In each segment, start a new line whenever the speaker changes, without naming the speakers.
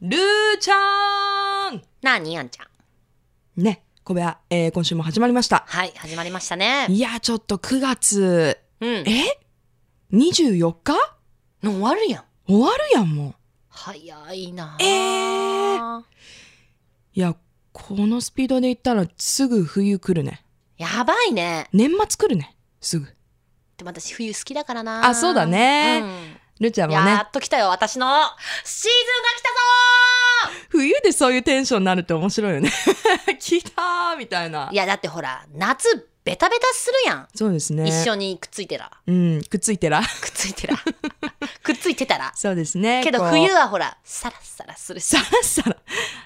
ルーちゃん
なあ、にやんちゃん。
ね、小部屋、えー今週も始まりました。
はい、始まりましたね。
いや、ちょっと9月、
うん。
え ?24 日
の終わるやん。
終わるやん、もう。
早いな
えーいや、このスピードで行ったらすぐ冬来るね。
やばいね。
年末来るね。すぐ。
でも私冬好きだからな
あそうだねルーちゃ
うんん
も
や
ね、
っと来たよ、私のシーズンが来たぞ
冬でそういうテンションになるって面白いよね。 来たーみたいな。
ーいや、だってほら、夏、ベタベタするやん。
そうですね。
一緒にくっついてら。
うん、くっついてら。
くっつい てら。くっついてたら。
そうですね。
けど
こう
冬はほら、サラサラするし
さ、らさら、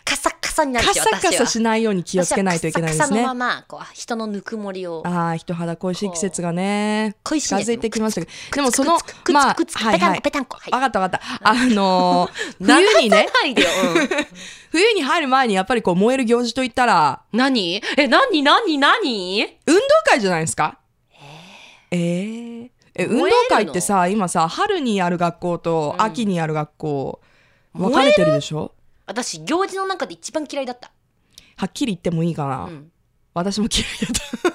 カサカサになる
カ
し、
サカ
私
サ。
は
しないように気をつけないといけないで
私は
す
カサカサ
ね
のま。ま、こう、人のぬくもりを。
ああ、人肌恋しい季節がね、
恋しい
近
ね
づいてきましたけど、でも
くっつ
その
くっつ、く
まあ
くっつ、く
はい
ペタ
は
ンコ
い
ペ。タンコ。はい
わかったわかった。あのー冬にね
流、さないでよ。
冬に入る前にやっぱりこう燃える行事といったら、
うん、何え、何何何
運動会じゃないですかえーえ、運動
燃えるの
会ってさ、今さ、春にやる学校と
うん
秋にやる学校、
燃え
分か
る
れてるでしょ
私、行事の中で一番嫌いだった。
はっきり言ってもいいかな、
うん、
私も嫌いだ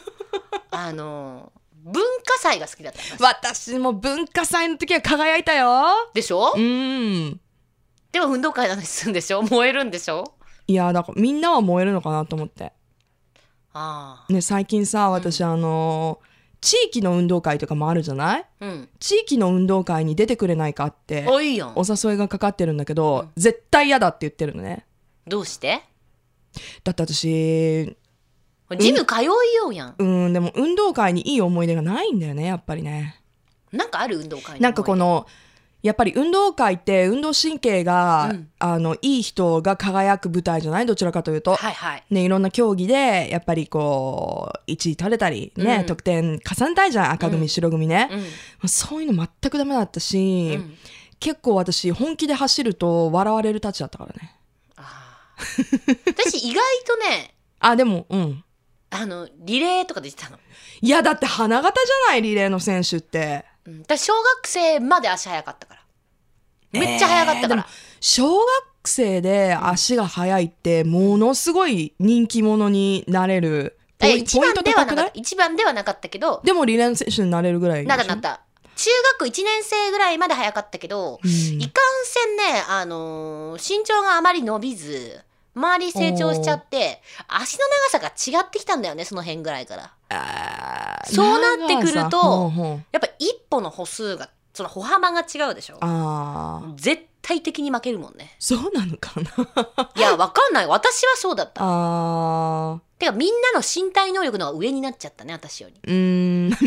っ
あのー、文化祭が好きだった。
た。私も文化祭の時は輝いたよ。
でしょ、
うん。
でも運動会なのにするんでしょ燃えるんでしょ
いや、だからみんなは燃えるのかなと思って。
あ
ね、最近さ、私、あのー地域の運動会とかもあるじゃない
あ。うん。
地域の運動会に出てくれないかって、
おいいやん
お。誘いがかかってるんだけど、絶対嫌だって言ってるのね。
どうして
だって私、
ジム通いようやん。
うん、でも運動会にいい思い出がないんだよね、やっぱりね。
なんかある運動会の
なんかこの、やっぱり運動会って運動神経が、
うん
あの、いい人が輝く舞台じゃないどちらかというと。
はいはい。
ね、いろんな競技で、やっぱりこう、1位取れたり、ね、
うん
得点重ねたいじゃん、赤組、白組ね。
うん。
そういうの全くダメだったし、
うん
結構私本気で走ると笑われるたちだったからね
ああ。私、意外とね、
あでもうん
あの、リレーとかできたの。
いやだって花形じゃないリレーの選手って
うん、だから小学生まで足速かったから。めっちゃ速かった
えーで
か
も
ら。
小学生で足が速いってものすごい人気者になれるポ
え
イ
一
ポイント
番では
高く
なか
な
った
い
一番ではなかったけど
でもリレーの選手になれるぐらいでし
な
ょ
ったなった中学1年生ぐらいまで早かったけど、
うん
いかんせんね、あのー身長があまり伸びず周り成長しちゃって足の長さが違ってきたんだよねその辺ぐらいから
あー
そうなってくると
ほうほう
やっぱ一歩の歩数がその歩幅が違うでしょ
あー
絶対的に負けるもんね
そうなのかない
やわかんない私はそうだった
あー
てかみんなの身体能力の方が上になっちゃったね私より
うーんみんな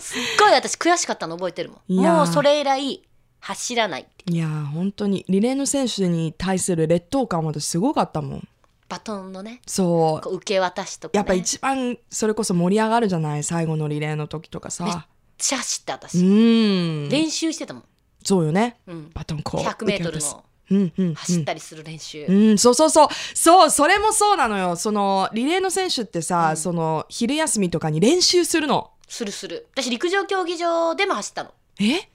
すっごい私悔しかったの覚えてるもん
いやー
もうそれ以来走らないって
いやー本当にリレーの選手に対する劣等感は私すごかったもん
バトンのね
そ
こう受け渡しと
う
か、ね、
やっぱ一番それこそ盛り上がるじゃない最後のリレーの時とか
めっ
さ
ちゃ走った
う
私、
ーん
練習してたもん、
そうよね
うん、
バトンこう受け
100m
渡す
の
うんうんうん
走ったりする練習、
うん、そうそうそうそうそれもそうなのよそのリレーの選手ってさ、
うん
その昼休みとかに練習するの
するする私陸上競技場でも走ったの
え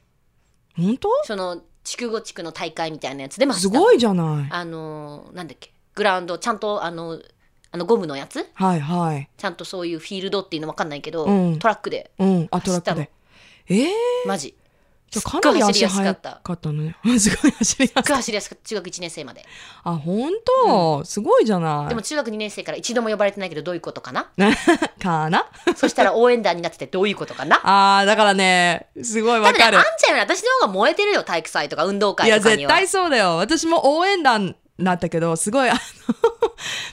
本当
その筑後地区の大会みたいなやつでも走
す
ったの
ごいじゃない
あのーなんだっけグラウンドちゃんとあのあのゴムのやつ
はいはい
ちゃんとそういうフィールドっていうのわかんないけど、
うん
トラックで
うんあトラック
走っ
でえー、
マジ
じゃあ
すっ
かない
ご
り
走
足
りやすか
速
った
かったのね すごい走りやすかった
すっごい走りやすかった中学1年生まで
あ、本当、すごいじゃない。
でも中学2年生から一度も呼ばれてないけどどういうことかな
かな
そしたら応援団になっててどういうことかな
あー、だからね、すごい
多
わ
分ね、あ
か
ん
る。
ちゃんより私の方が燃えてるよ、体育祭とか運動
い
会
や、
とかに
絶
は。
対そうだよ。私も応援団だったけど、すごい、あの、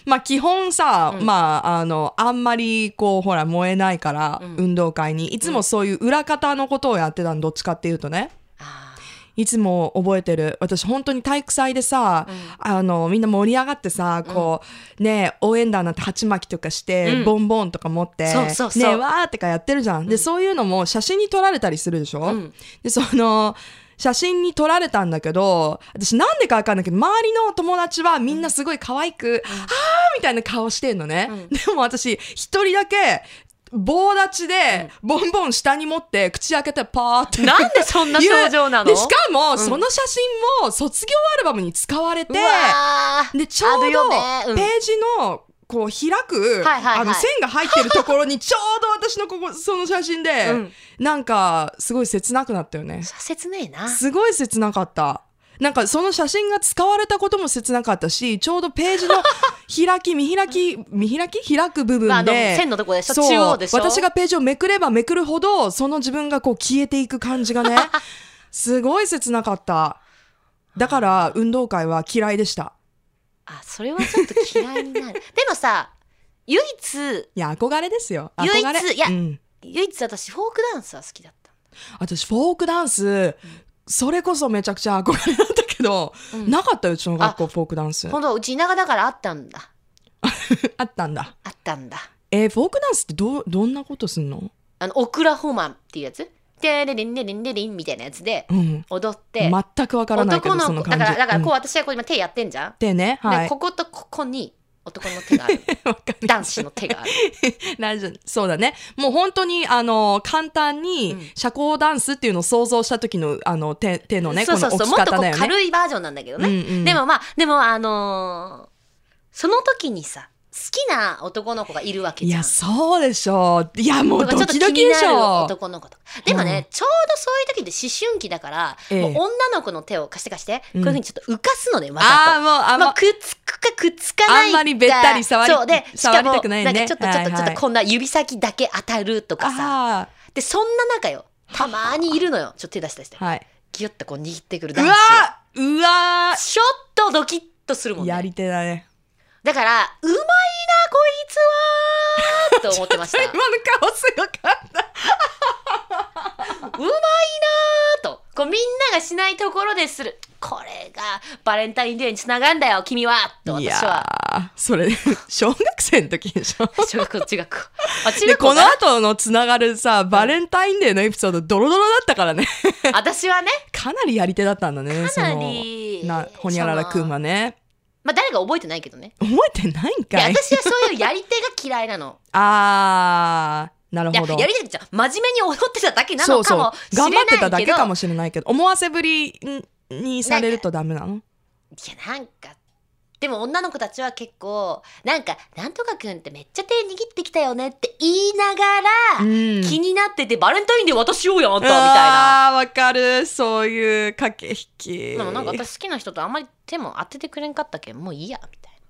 まあ、基本さ、
うん
まあ、あの、あんまり、こう、ほら、燃えないから、
うん
運動会に、いつもそういう裏方のことをやってたの、どっちかっていうとね。
あ
いつも覚えてる。私、本当に体育祭でさ、あの、みんな盛り上がってさ、こう、ね、応援団なんて鉢巻きとかして、
うん
ボンボンとか持って、
そうそうそう
ね、わーってかやってるじゃん。で、そういうのも写真に撮られたりするでしょ、
ーうん。
で、その、写真に撮られたんだけど、私なんでかわかんないけど、周りの友達はみんなすごい可愛く、あーみたいな顔してんのね。
うん
でも私、一人だけ、棒立ちで、ボンボン下に持って、口開けてパーって。
なんでそんな症状なの
で、しかも、
ん
その写真も卒業アルバムに使われて
う、わー
で、ちょう
ある
ど
よ、ねうん
ページの、こう開く、
はいはいはい
あの線が入ってるところ にちょうど私のここその写真で、
うん
なんかすごい切なくなったよね
切ねえな
すごい切なかったなんかその写真が使われたことも切なかったしちょうどページの開き見開き見開き開く部分で、
まああの線のとこでしょ
そう
中央でしょ
私がページをめくればめくるほどその自分がこう消えていく感じが ねすごい切なかっただから運動会は嫌いでした
あそれはちょっと嫌いになる でもさ唯一
いや憧れですよ憧
唯一
れ
いや
うん
唯一私フォークダンスは好きだった
私フォークダンスそれこそめちゃくちゃ憧れだったけど、
うん
なかったようちの学校フォークダンス
本当はうち田舎だからあったんだ
あったんだ
あったんだ
えーフォークダンスってどうどんなことすんの
あのオクラホマンっていうやつテレリンレリンレリンみたいなやつで
うん
踊って、
全くわからないけど
男の
その
子
感
だ
じ
からだからこ
うん
う、私はこう今手やってんじゃん、
でねは
で
い
こことここに男の手がある
わかり
男子の手がある
ラジオそうだねもう本当にあの簡単に
うん
社交ダンスっていうのを想像した時のあの手手のね
そう
こ
そ
の
うそ
置
う、
き
もっと
方
こ
だ
う
よね
軽いバージョンなんだけどね、
うんうん
でもまあでもあのーその時にさ好きな男の子がいるわけ
い
じゃん
やそうでしょういやもう
と
ド
かちょっと
キド
気
キ
に
で
な
しょ
る
う
男の子とかでもね、
うん
ちょうどそういう時って思春期だから、
ええ
もう女の子の手を貸して貸して、
うん
こういうふうにちょっと浮かすのねわ
ああ
ざ
ー
と
もうあん
まあ、
ま
くっつくかくっつかないか
あんまりべったり触り
そうでしか
触り
も
たくないね
んかちょっとちょっと、
はいはい
ちょっとこんな指先だけ当たるとかさ
あ
でそんな 中よたまにいるのよちょっと手出し出して
ーはい
ギュッとこう握ってくる
う
男
わ
子
ーうわ
ちょっとドキッとするも
ー
ん
や
ね。
り手だね
だから、うまいな、こいつはーと思って ました。う
今の顔すごかった
まいなーと。こうみんながしないところでする。これがバレンタインデーにつながるんだよ、君はと
い
私
や
は。
ーそれ小学生の時でし ょ
小学校、中学 校。あ、中
で
学
こ
校
の
かな
後のつながるさバレンタインデーのエピソードドロドロだったからね
私はね、
かなりやり手だったんだね
かなり
そのなほにゃららくんはね
まあ誰が覚えてないけどね。
覚えてないん
いや
かい
私はそういうやり手が嫌いなの。
あーなる
いや
ほど
やり手じゃん真面目に踊ってただけな
そ
の
う
か
そう
もしれな
頑
いけど。
張ってただけかもしれないけど思わせぶりにされるとダメなの
いやなんかでも女の子たちは結構なんか「なんとかくんってめっちゃ手握ってきたよね」って言いながら、
うん
気になってて「バレンタインデー渡しようやあんた」みたいな。
ああーわかるそういう駆け引き
でもなんか私好きな人とあんまり手も当ててくれんかったけんもういいやみたい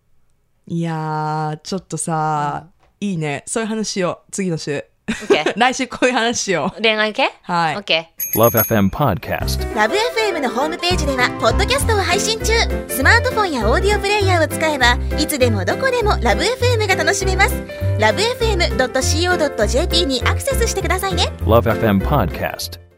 いやーちょっとさ、いいねそういう話しよう次の週
な。OK
来週こういう話しよう
恋愛系
はい
?OK。
Love FM Podcast.
ラブ f m のホームページではポッドキャストを配信中スマートフォンやオーディオプレイヤーを使えばいつでもどこでもラブ f m が楽しめますラブ FM.co.jp にアクセスしてくださいね
Love FM Podcast.